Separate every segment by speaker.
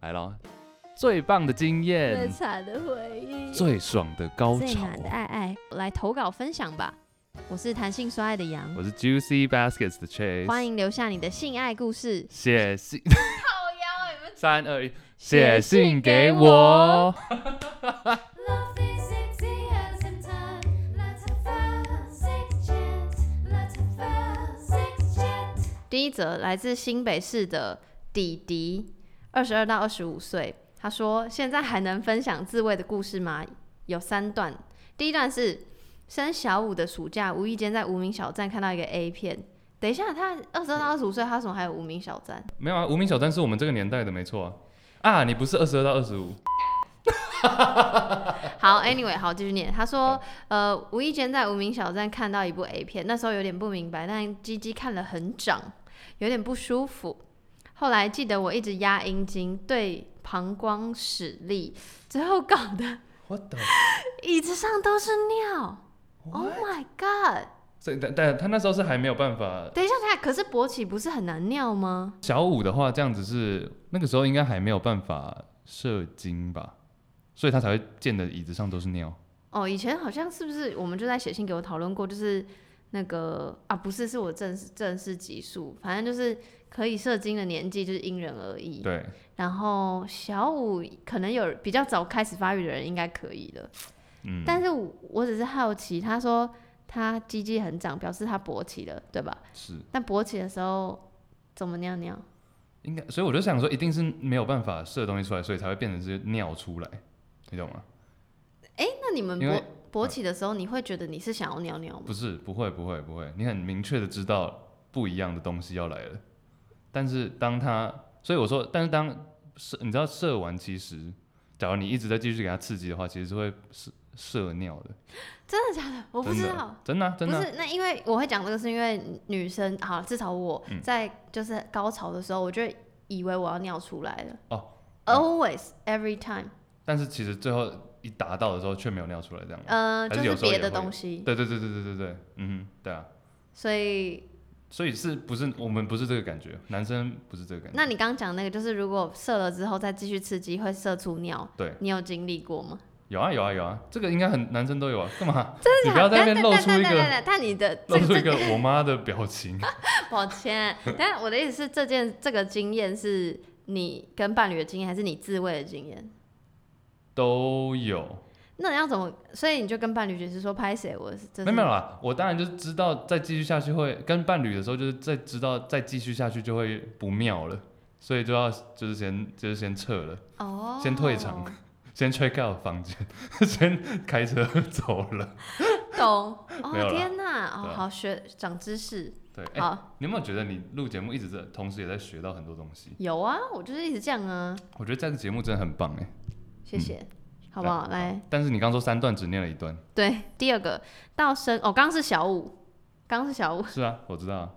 Speaker 1: 来咯，最棒的经
Speaker 2: 最
Speaker 1: 验，
Speaker 2: 惨的回忆，
Speaker 1: 最爽的高
Speaker 3: 最
Speaker 1: 潮
Speaker 3: 暖。的爱爱，来投稿分享吧。我是弹性说爱的羊，
Speaker 1: 我是 Juicy Baskets 的 Chase，
Speaker 3: 欢迎留下你的性爱故事。
Speaker 1: 写信
Speaker 2: 靠腰你们
Speaker 1: 三二一，写
Speaker 3: 写信
Speaker 1: 信
Speaker 3: 给
Speaker 1: 给我。
Speaker 4: Love is easy as in time. Let's have a six chance. Let's have a six chance.
Speaker 3: 第一则来自新北市的弟弟，二十二到二十五岁。他说：“现在还能分享自慰的故事吗？有三段。第一段是升小五的暑假，无意间在无名小站看到一个 A 片。等一下，他二十二到二十五岁，他怎么还有无名小站？
Speaker 1: 没有啊，无名小站是我们这个年代的，没错啊。啊，你不是二十二到二十五？
Speaker 3: 好，anyway，好，继续念。他说，呃，无意间在无名小站看到一部 A 片，那时候有点不明白，但鸡鸡看了很长，有点不舒服。后来记得我一直压阴茎，对膀胱使力，最后搞得
Speaker 1: 我的，
Speaker 3: 椅子上都是尿。Oh my god！
Speaker 1: 所以但但他那时候是还没有办法。
Speaker 3: 等一下，等一下，可是勃起不是很难尿吗？
Speaker 1: 小五的话，这样子是那个时候应该还没有办法射精吧，所以他才会溅的椅子上都是尿。
Speaker 3: 哦，以前好像是不是我们就在写信给我讨论过，就是那个啊，不是，是我正式正式级数，反正就是可以射精的年纪就是因人而异。
Speaker 1: 对，
Speaker 3: 然后小五可能有比较早开始发育的人应该可以的，
Speaker 1: 嗯，
Speaker 3: 但是我我只是好奇，他说他鸡鸡很长，表示他勃起了，对吧？
Speaker 1: 是
Speaker 3: 但勃起的时候怎么尿尿？
Speaker 1: 应该，所以我就想说，一定是没有办法射东西出来，所以才会变成是尿出来，你懂吗？
Speaker 3: 那你们
Speaker 1: 因
Speaker 3: 勃
Speaker 1: 为
Speaker 3: 勃起的时候，你会觉得你是想要尿尿吗？
Speaker 1: 不是，不会，不会，不会，你很明确的知道不一样的东西要来了。但是当他，所以我说，但是当射，你知道射完，其实假如你一直在继续给他刺激的话，其实是会射射尿的。
Speaker 3: 真的假的？我不知
Speaker 1: 真的
Speaker 3: 道。
Speaker 1: 真的啊、真
Speaker 3: 不
Speaker 1: 的啊、
Speaker 3: 是，那因为我会讲这个，是因为女生好，至少我
Speaker 1: 嗯
Speaker 3: 在就是高潮的时候，我就以为我要尿出来了。
Speaker 1: 哦
Speaker 3: ，always every time，
Speaker 1: 但是其实最后一达到的时候却没有尿出来，这样吗。
Speaker 3: 嗯、呃，
Speaker 1: 还
Speaker 3: 就是是
Speaker 1: 有时候
Speaker 3: 别
Speaker 1: 也
Speaker 3: 的
Speaker 1: 会
Speaker 3: 东西，
Speaker 1: 对对对对对对对，嗯哼，对啊。
Speaker 3: 所以
Speaker 1: 所以是不是我们不是这个感觉，男生不是这个感觉。
Speaker 3: 那你刚讲那个，就是如果射了之后再继续刺激，会射出尿。
Speaker 1: 对，
Speaker 3: 你有经历过吗？
Speaker 1: 有啊有啊有啊，这个应该很男生都有啊，干嘛？
Speaker 3: 真
Speaker 1: 你不要在那边露出一
Speaker 3: 但但但
Speaker 1: 个
Speaker 3: 但但你的
Speaker 1: 露
Speaker 3: 这
Speaker 1: 出
Speaker 3: 个
Speaker 1: 一
Speaker 3: 这
Speaker 1: 个我妈的表情。
Speaker 3: 抱歉，但我的意思是，这件这个经验是你跟伴侣的经验，还是你自慰的经验？
Speaker 1: 都有，
Speaker 3: 那你要怎么？所以你就跟伴侣解释说，拍谁我是真
Speaker 1: 没有没有啦，我当然就是知道再继续下去会跟伴侣的时候，就是再知道再继续下去就会不妙了，所以就要就是先就是先撤了，
Speaker 3: 哦，
Speaker 1: 先退场。先 check out 房间， 先开车走了。
Speaker 3: 懂
Speaker 1: 没有啦
Speaker 3: 哦，天哪，
Speaker 1: 对
Speaker 3: 哦，
Speaker 1: 啊
Speaker 3: 好学长知识，
Speaker 1: 对，哎、
Speaker 3: 好
Speaker 1: 你有没有觉得你录节目一直在，同时也在学到很多东西？
Speaker 3: 有啊，我就是一直这样啊，
Speaker 1: 我觉得这个节目真的很棒哎、
Speaker 3: 谢
Speaker 1: 嗯
Speaker 3: 谢，好不好？来，
Speaker 1: 但是你刚说三段只念了一段，
Speaker 3: 对，第二个到升哦，刚刚是小五，刚刚是小五。
Speaker 1: 是啊，我知道啊。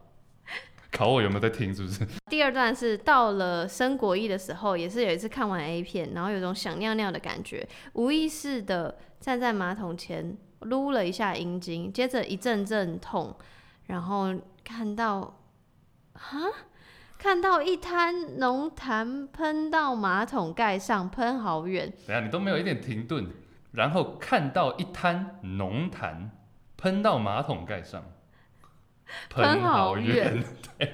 Speaker 1: 考我有没有在听，是不 是？
Speaker 3: 第二段是到了升国一的时候，也是有一次看完 A 片，然后有种想尿尿的感觉，无意识的站在马桶前撸了一下阴茎，接着一阵阵痛，然后看到啊，看到一滩浓痰喷到马桶盖上，喷好远，
Speaker 1: 等一下你都没有一点停顿，然后看到一滩浓痰喷到马桶盖上，
Speaker 3: 喷好
Speaker 1: 好
Speaker 3: 远。 啊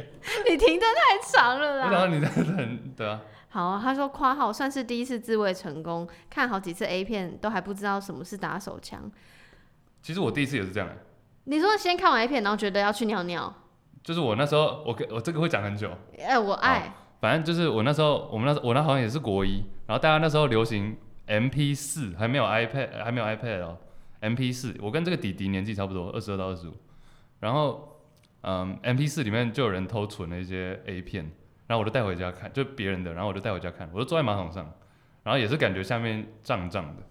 Speaker 3: 你停的太长了 啦。
Speaker 1: 然后你在很对啊，
Speaker 3: 好，他说括号算是第一次自慰成功，看好几次 A 片都还不知道什么是打手枪。
Speaker 1: 其实我第一次也是这样，欸
Speaker 3: 你说先看完 A 片，然后觉得要去尿尿，
Speaker 1: 就是我那时候我跟我这个会讲很久，
Speaker 3: 哎、我爱，
Speaker 1: 反正就是我那时候我们那时候我那好像也是国一，然后大家那时候流行 MP 四，还没有 iPad，还没有 iPad 哦，MP 四，我跟这个弟弟年纪差不多，二十二到二十五，然后嗯，MP 四里面就有人偷存了一些 A 片，然后我就带回家看，就别人的，然后我就带回家看，我就坐在马桶上，然后也是感觉下面胀胀的，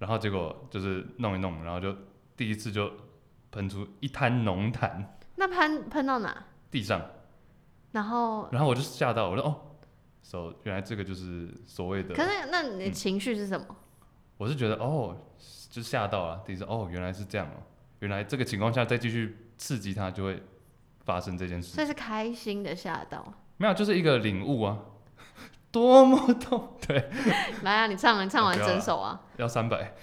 Speaker 1: 然后结果就是弄一弄，然后就第一次就喷出一滩浓痰
Speaker 3: 那喷喷到哪？
Speaker 1: 地上。
Speaker 3: 然后，
Speaker 1: 然后我就吓到，我说哦，so 原来这个就是所谓
Speaker 3: 可
Speaker 1: 的，
Speaker 3: 是那
Speaker 1: 嗯
Speaker 3: 你的情绪是什么？
Speaker 1: 我是觉得哦，就吓到了，第一次哦，原来是这样哦，原来这个情况下再继续刺激它就会发生这件事
Speaker 3: 所，以是开心的吓到，
Speaker 1: 没有，就是一个领悟啊，多么痛， 对，
Speaker 3: 来啊，你唱啊，你唱完
Speaker 1: 不要啊
Speaker 3: 整首啊，
Speaker 1: 要三百，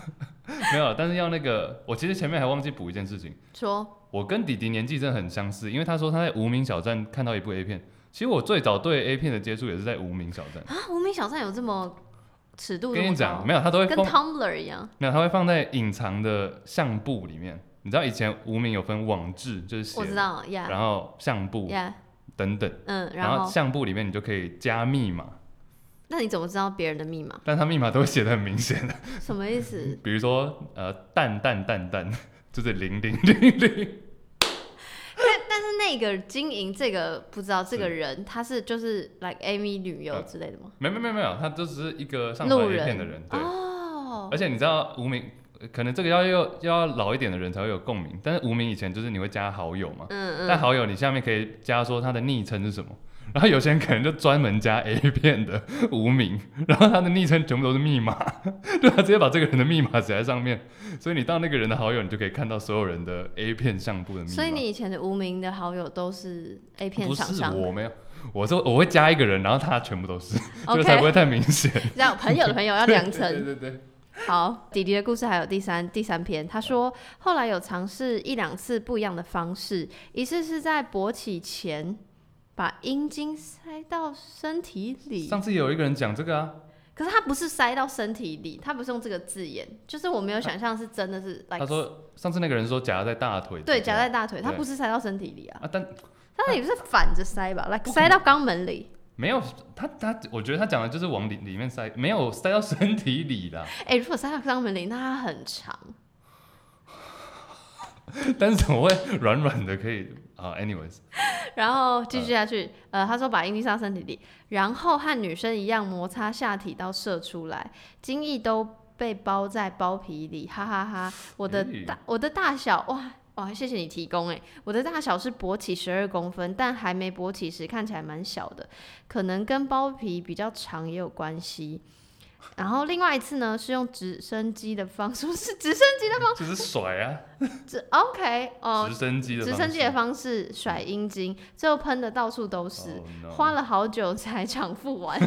Speaker 1: 没有，啊但是要那个，我其实前面还忘记补一件事情，
Speaker 3: 说
Speaker 1: 我跟弟弟年纪真的很相似，因为他说他在无名小站看到一部 A 片，其实我最早对 A 片的接触也是在无名小站，
Speaker 3: 啊，无名小站有这么尺度这
Speaker 1: 跟
Speaker 3: 么
Speaker 1: 你讲，
Speaker 3: 高，
Speaker 1: 没有，他都会
Speaker 3: 跟
Speaker 1: 放，
Speaker 3: Tumblr 一样，
Speaker 1: 没有，他会放在隐藏的相簿里面，你知道以前无名有分网志，就是写
Speaker 3: 我知道呀
Speaker 1: 然后相簿
Speaker 3: 呀，
Speaker 1: 等等，
Speaker 3: 嗯，
Speaker 1: 然
Speaker 3: 然
Speaker 1: 后
Speaker 3: 后
Speaker 1: 相簿里面你就可以加密码，
Speaker 3: 那你怎么知道别人的密码？
Speaker 1: 但他密码都会写的很明显 的，
Speaker 3: 什么意思？
Speaker 1: 比如说呃蛋蛋蛋蛋，就是零零零零，
Speaker 3: 但是那个经营这个不知道这个
Speaker 1: 是呃
Speaker 3: 人他是就是 like Amy 旅游之类的吗？
Speaker 1: 没没没没有，他就只是一个上传
Speaker 3: 路
Speaker 1: A 片
Speaker 3: 人
Speaker 1: 的人，对，
Speaker 3: 哦，
Speaker 1: 而且你知道无名，呃可能这个要要要老一点的人才会有共鸣，但是无名以前就是你会加好友嘛，
Speaker 3: 嗯
Speaker 1: 但
Speaker 3: 嗯，
Speaker 1: 好友你下面可以加说他的昵称是什么， 然后有些人可能就专门加 A 片的无名，然后他的昵称全部都是密码， 就他直接把这个人的密码写在上面，所以你到那个人的好友，你就可以看到所有人的 A 片相簿的密码。
Speaker 3: 所以你以前的无名的好友都是 A 片
Speaker 1: 不
Speaker 3: 厂
Speaker 1: 是
Speaker 3: 商，
Speaker 1: 我没有，我说我会加一个人，然后他全部都是， 这
Speaker 3: 哦 OK
Speaker 1: 个才不会太明 显。
Speaker 3: 这样朋友的朋友要两层
Speaker 1: 对。对对，
Speaker 3: 好，弟弟的故事还有第三第三篇，他说后来有尝试一两次不一样的方式，一次是在勃起前把阴茎塞到身体里，
Speaker 1: 上次有一个人讲这个啊，
Speaker 3: 可是他不是塞到身体里，他不是用这个字眼，就是我没有想象是真的是 like
Speaker 1: 他说上次那个人说夹在大腿之间，
Speaker 3: 对夹在大腿，他
Speaker 1: 对
Speaker 3: 不是塞到身体里啊，
Speaker 1: 啊，但
Speaker 3: 他也是反着塞吧 ，like
Speaker 1: 不可
Speaker 3: 塞
Speaker 1: 能
Speaker 3: 到肛门里。
Speaker 1: 没有他他，我觉得他讲的就是往里里面塞，没有塞到身体里啦。
Speaker 3: 哎、如果塞到肛门里，那它很长。
Speaker 1: 但是怎么会软软的可以啊？anyways，
Speaker 3: 然后继续下去，呃，他说把阴茎塞到身体里，然后和女生一样摩擦下体到射出来，精液都被包在包皮里，哈哈哈我的
Speaker 1: 咦
Speaker 3: 大、我的大小，哇哇，谢谢你提供哎，我的大小是勃起十二公分，但还没勃起时看起来蛮小的，可能跟包皮比较长也有关系。然后另外一次呢，是用直升机的方式， 是直升
Speaker 1: 就是甩啊，
Speaker 3: 直 OK 哦，
Speaker 1: 直升机的
Speaker 3: 直
Speaker 1: 方
Speaker 3: 升机的
Speaker 1: 式
Speaker 3: 方式甩阴茎，最后喷的到处都是。
Speaker 1: Oh no
Speaker 3: 花了好久才偿付完。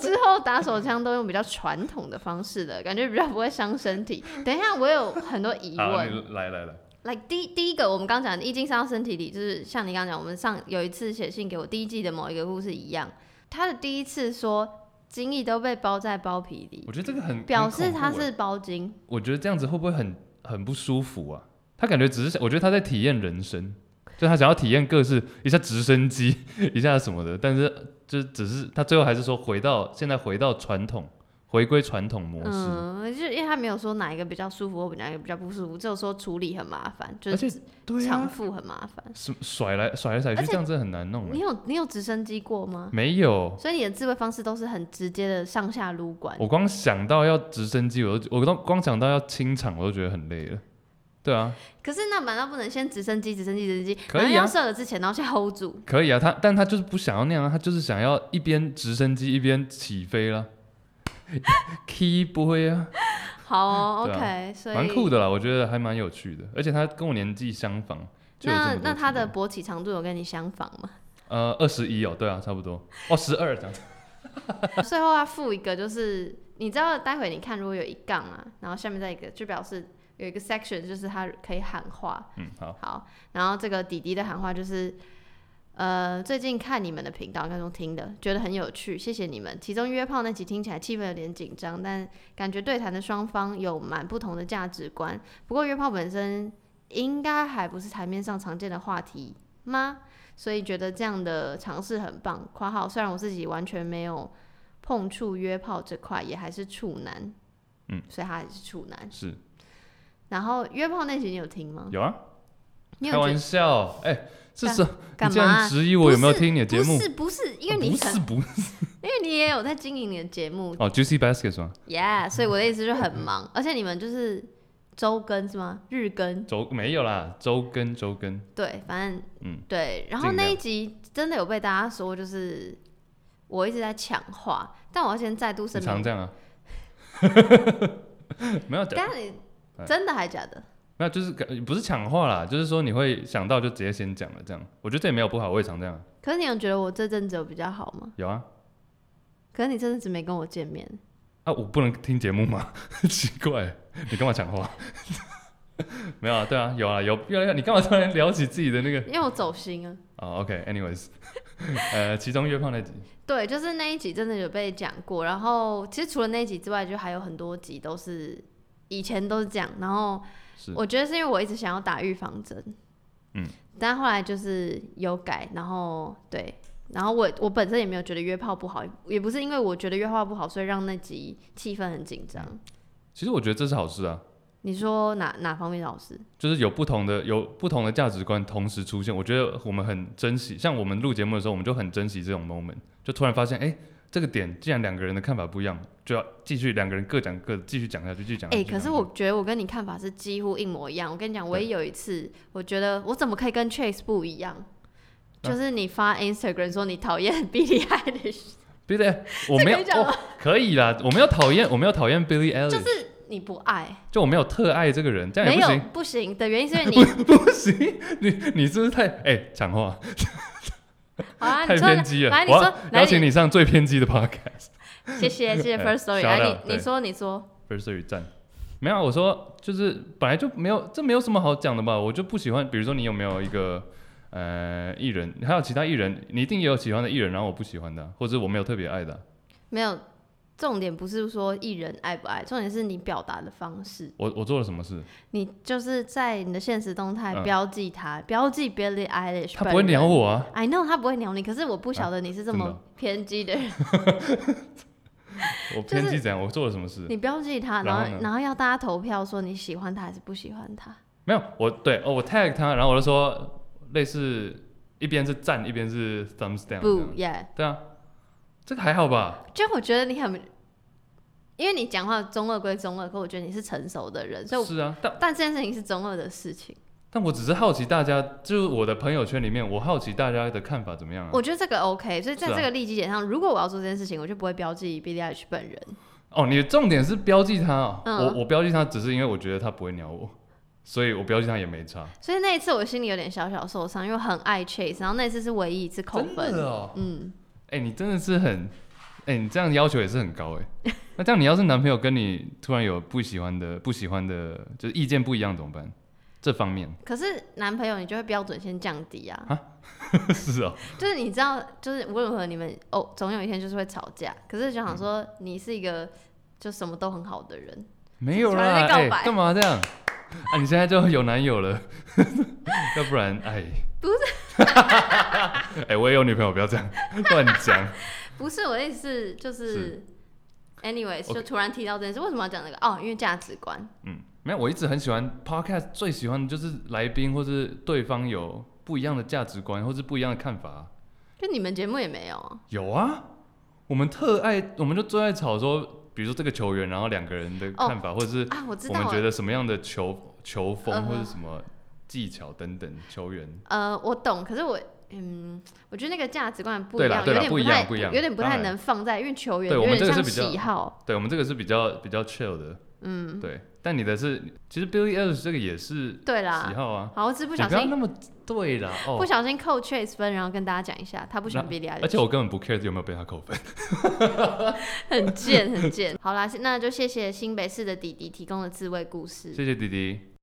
Speaker 3: 之后打手枪都用比较传统的方式的，感觉比较不会伤 身体。等一下，我有很多疑
Speaker 1: 好，啊
Speaker 3: 问。
Speaker 1: 你来来来，
Speaker 3: like 第第一个，我们刚讲的易经伤到身体里，就是像你刚刚讲，我们上有一次写信给我第一季的某一个故事一样，他的第一次说精液都被包在包皮里，
Speaker 1: 我觉得这个很
Speaker 3: 表示
Speaker 1: 很恐
Speaker 3: 他
Speaker 1: 怖
Speaker 3: 是
Speaker 1: 欸
Speaker 3: 包茎。
Speaker 1: 我觉得这样子会不会很很不舒服啊？他感觉只是想，我觉得他在体验人生，就他想要体验各式，一下直升机， 一下什么的，但是就只是他最后还是说回到现在回到传统，回归传统模式。
Speaker 3: 嗯，就是因为他没有说哪一个比较舒服或哪一个比较不舒服，只有说处理很麻烦，就
Speaker 1: 而且
Speaker 3: 是
Speaker 1: 对
Speaker 3: 偿
Speaker 1: 啊，
Speaker 3: 付很麻烦。
Speaker 1: 什甩来甩来甩
Speaker 3: 而
Speaker 1: 去，
Speaker 3: 且
Speaker 1: 这样真的很难弄
Speaker 3: 你
Speaker 1: 欸。
Speaker 3: 有你有直升机过吗？
Speaker 1: 没有，
Speaker 3: 所以你的自慰方式都是很直接的上下撸管。
Speaker 1: 我光想到要直升机，我都我光光想到要清场，我都觉得很累了。对啊，
Speaker 3: 可是那难道不能先直升机、直升机、直升机，
Speaker 1: 可以啊
Speaker 3: 然后要射了之前，然后先 hold 住？
Speaker 1: 可以啊，他但他就是不想要那样啊，他就是想要一边直升机一边起飞啦，key boy 啊。
Speaker 3: 好、哦
Speaker 1: 对
Speaker 3: o
Speaker 1: 啊
Speaker 3: k 所以
Speaker 1: 蛮酷的啦，我觉得还蛮有趣的，而且他跟我年纪相仿，就有这
Speaker 3: 那
Speaker 1: 么多
Speaker 3: 那他的
Speaker 1: 经验
Speaker 3: 勃起长度有跟你相仿吗？
Speaker 1: 呃二十一哦，对啊，差不多哦十二这样子，
Speaker 3: 最后要附一个，就是你知道，待会你看如果有一杠啊，然后下面再一个，就表示有一个 section，就是他可以喊话。
Speaker 1: 嗯好，
Speaker 3: 好，然后这个弟弟的喊话就是，呃，最近看你们的频道，刚刚听的，觉得很有趣，谢谢你们。其中约炮那集听起来气氛有点紧张，但感觉对谈的双方有蛮不同的价值观。不过约炮本身应该还不是台面上常见的话题吗？所以觉得这样的尝试很棒。（括号虽然我自己完全没有碰触约炮这块，也还是处男，
Speaker 1: 嗯，
Speaker 3: 所以他还是处男。
Speaker 1: 是
Speaker 3: 然后约炮那集你有听吗？
Speaker 1: 有啊，
Speaker 3: 嗯你有
Speaker 1: 开
Speaker 3: 觉得
Speaker 1: 玩笑，哎、这是你
Speaker 3: 干
Speaker 1: 竟
Speaker 3: 嘛啊、
Speaker 1: 然质疑我有没有
Speaker 3: 不是
Speaker 1: 听你的节目
Speaker 3: 不？是不是，因为
Speaker 1: 哦
Speaker 3: 你
Speaker 1: 不
Speaker 3: 可
Speaker 1: 是不是
Speaker 3: 因为你也有在经营你的节目
Speaker 1: 哦，Juicy Basket 是吗？
Speaker 3: ，Yeah，所以我的意思就是很忙，而且你们就是周更是吗？日更
Speaker 1: 周没有啦，周更周更，
Speaker 3: 对，反正
Speaker 1: 嗯
Speaker 3: 对。然后
Speaker 1: 尽
Speaker 3: 那
Speaker 1: 量
Speaker 3: 一集真的有被大家说，就是我一直在抢话，但我要先再度
Speaker 1: 你
Speaker 3: 声
Speaker 1: 常
Speaker 3: 明，
Speaker 1: 这样啊？ 没有讲，
Speaker 3: 但你
Speaker 1: 哎
Speaker 3: 真的还假的？
Speaker 1: 没有，就是感不是抢话啦，就是说你会想到就直接先讲了这样，我觉得这也没有不好，我也常这样啊，
Speaker 3: 可是你有觉得我这阵子有比较好吗？
Speaker 1: 有啊，
Speaker 3: 可是你这阵子没跟我见面，
Speaker 1: 啊，我不能听节目吗？ 奇怪，你干嘛讲话？ 没有啊，对啊，有啊，有，有，有你干嘛突然聊起自己的那个？
Speaker 3: 因为我走心啊。
Speaker 1: 哦，OK，anyways，、呃，其中约胖那集，
Speaker 3: 对，就是那一集真的有被讲过。然后其实除了那一集之外，就还有很多集都是以前都是这样。然后
Speaker 1: 是
Speaker 3: 我觉得是因为我一直想要打预防针，
Speaker 1: 嗯，
Speaker 3: 但后来就是有改，然后对，然后我我本身也没有觉得约炮不好，也不是因为我觉得约炮不好，所以让那集气氛很紧张。
Speaker 1: 嗯其实我觉得这是好事啊，
Speaker 3: 你说哪哪方面的老师？
Speaker 1: 就是有不同的有不同的价值观同时出现，我觉得我们很珍惜。像我们录节目的时候，我们就很珍惜这种 moment，就突然发现，哎、这个点既然两个人的看法不一样，就要继续两个人各讲各的，继续讲下去，继续讲下
Speaker 3: 哎、
Speaker 1: 去。继续
Speaker 3: 可是
Speaker 1: 讲下去
Speaker 3: 我觉得我跟你看法是几乎一模一样。我跟你讲，我
Speaker 1: 对
Speaker 3: 也有一次，我觉得我怎么可以跟 Chase 不一样？
Speaker 1: 嗯
Speaker 3: 就是你发 Instagram 说你讨厌 Billie Eilish，
Speaker 1: Billie，我没有
Speaker 3: 可以讲吗
Speaker 1: 哦，可以啦，我没有讨厌，我没有讨厌 Billy Ellis，、
Speaker 3: 就是你不爱，
Speaker 1: 就我没有特爱这个人，这样
Speaker 3: 没
Speaker 1: 也不
Speaker 3: 有
Speaker 1: 行，
Speaker 3: 不行的原因是因 为你
Speaker 1: 不行，你你是不是太哎讲、话
Speaker 3: 好啊，
Speaker 1: 太
Speaker 3: 你说
Speaker 1: 偏激了？
Speaker 3: 来，你
Speaker 1: 我
Speaker 3: 说
Speaker 1: 要
Speaker 3: 来，
Speaker 1: 邀请你上最偏激的 podcast。
Speaker 3: 谢谢谢谢
Speaker 1: 哎
Speaker 3: First Story，
Speaker 1: shout
Speaker 3: 来
Speaker 1: out，
Speaker 3: 你
Speaker 1: 对
Speaker 3: 你说你说，
Speaker 1: Bursary 站。没有啊，我说就是本来就没有，这没有什么好讲的吧？我就不喜欢，比如说你有没有一个呃艺人，还有其他艺人，你一定也有喜欢的艺人，然后我不喜欢的啊、或者我没有特别爱的啊、
Speaker 3: 没有重点不是说艺人爱不爱，重点是你表达的方式。
Speaker 1: 我我做了什么事？
Speaker 3: 你就是在你的现实动态
Speaker 1: 嗯
Speaker 3: 标记他，标记 Billie Eilish，
Speaker 1: 他
Speaker 3: 本
Speaker 1: 不会
Speaker 3: 人
Speaker 1: 鸟我啊，
Speaker 3: I know 他不会鸟你，可是我不晓得你是这
Speaker 1: 真的哦
Speaker 3: 么偏激的人，
Speaker 1: 我
Speaker 3: 就是
Speaker 1: 偏激怎样？我做了什么事？
Speaker 3: 你标记他，
Speaker 1: 然
Speaker 3: 然
Speaker 1: 后呢
Speaker 3: 后然后要大家投票说你喜欢他还是不喜欢他。
Speaker 1: 没有，我对哦，我 tag 他，然后我就说类似一边是赞，一边是 thumbs down 这
Speaker 3: 不
Speaker 1: 样。
Speaker 3: 耶，
Speaker 1: 对啊，这个还好吧？
Speaker 3: yeah, 就我觉得你很，因为你讲话中二归中二，可我觉得你是成熟的人，所以我
Speaker 1: 是嗯啊，但
Speaker 3: 但这件事情是中二的事情。
Speaker 1: 但我只是好奇大家，就是我的朋友圈里面，我好奇大家的看法怎么样啊？
Speaker 3: 我觉得这个 OK，所以在
Speaker 1: 是啊
Speaker 3: 这个利基点上，如果我要做这件事情，我就不会标记 Billie Eilish 本人。
Speaker 1: 哦，你的重点是标记他、哦
Speaker 3: 嗯
Speaker 1: 我我标记他只是因为我觉得他不会鸟我，所以我标记他也没差。
Speaker 3: 所以那一次我心里有点小小受伤，因为我很爱 Chase，然后那一次是唯一一次扣
Speaker 1: 真
Speaker 3: 分。
Speaker 1: 的哦，
Speaker 3: 嗯，
Speaker 1: 哎、你真的是很，哎、你这样要求也是很高哎。 那这样你要是男朋友跟你突然有不喜欢的、不喜欢的，就是意见不一样怎么办？这方面
Speaker 3: 可是男朋友你就会标准先降低啊。
Speaker 1: 是哦，
Speaker 3: 就是你知道，就是无论如何你们哦，总有一天就是会吵架。可是就
Speaker 1: 嗯
Speaker 3: 想说，你是一个就什么都很好的人，
Speaker 1: 没有
Speaker 3: 突然
Speaker 1: 啦，
Speaker 3: 在告
Speaker 1: 哎、
Speaker 3: 白
Speaker 1: 干嘛这样？ 啊，你现在就有男友了， 要不然哎，
Speaker 3: 不
Speaker 1: 是， 哎、我也有女朋友，不要这样乱讲。
Speaker 3: 不是我的意思，就是。
Speaker 1: 是
Speaker 3: Anyways，
Speaker 1: OK
Speaker 3: 就突然提到这件事，为什么要讲这个？哦，因为价值观。
Speaker 1: 嗯，没有，我一直很喜欢 podcast，最喜欢的就是来宾或是对方有不一样的价值观或是不一样的看法啊。
Speaker 3: 就你们节目也没有啊，
Speaker 1: 有啊，我们特爱，我们就最爱吵说，比如说这个球员，然后两个人的看法，或者是
Speaker 3: 啊我知
Speaker 1: 我
Speaker 3: 道
Speaker 1: 们
Speaker 3: 了。
Speaker 1: 觉得什么样的球球风、
Speaker 3: 嗯哼
Speaker 1: 或者什么技巧等等，球员
Speaker 3: 呃，我懂，可是我嗯，我觉得那个价值观不
Speaker 1: 对
Speaker 3: 一
Speaker 1: 啦
Speaker 3: 样，
Speaker 1: 对啦
Speaker 3: 有点
Speaker 1: 不一
Speaker 3: 太
Speaker 1: 样不一样
Speaker 3: 有点不
Speaker 1: 当
Speaker 3: 太
Speaker 1: 然
Speaker 3: 能放在，因为球员
Speaker 1: 对我
Speaker 3: 有
Speaker 1: 们
Speaker 3: 点
Speaker 1: 这个是
Speaker 3: 像
Speaker 1: 比较
Speaker 3: 喜好。
Speaker 1: 对我们这个是比较比较 chill 的，
Speaker 3: 嗯，
Speaker 1: 对。但你的是，其实 Billy Ellis 这个也是
Speaker 3: 对
Speaker 1: 喜
Speaker 3: 啦。
Speaker 1: 好啊，
Speaker 3: 好，我只是不
Speaker 1: 你
Speaker 3: 小
Speaker 1: 不要
Speaker 3: 心
Speaker 1: 那么对啦哦
Speaker 3: 不。小心扣 Chase 分，然后跟大家讲一下，他不喜欢
Speaker 1: 那
Speaker 3: Billie Eilish
Speaker 1: 而且我根本不 care 有没有被他扣分。
Speaker 3: 很贱，很贱。好啦，那就谢谢新北市的弟弟提供的自慰故事。
Speaker 1: 谢谢弟弟。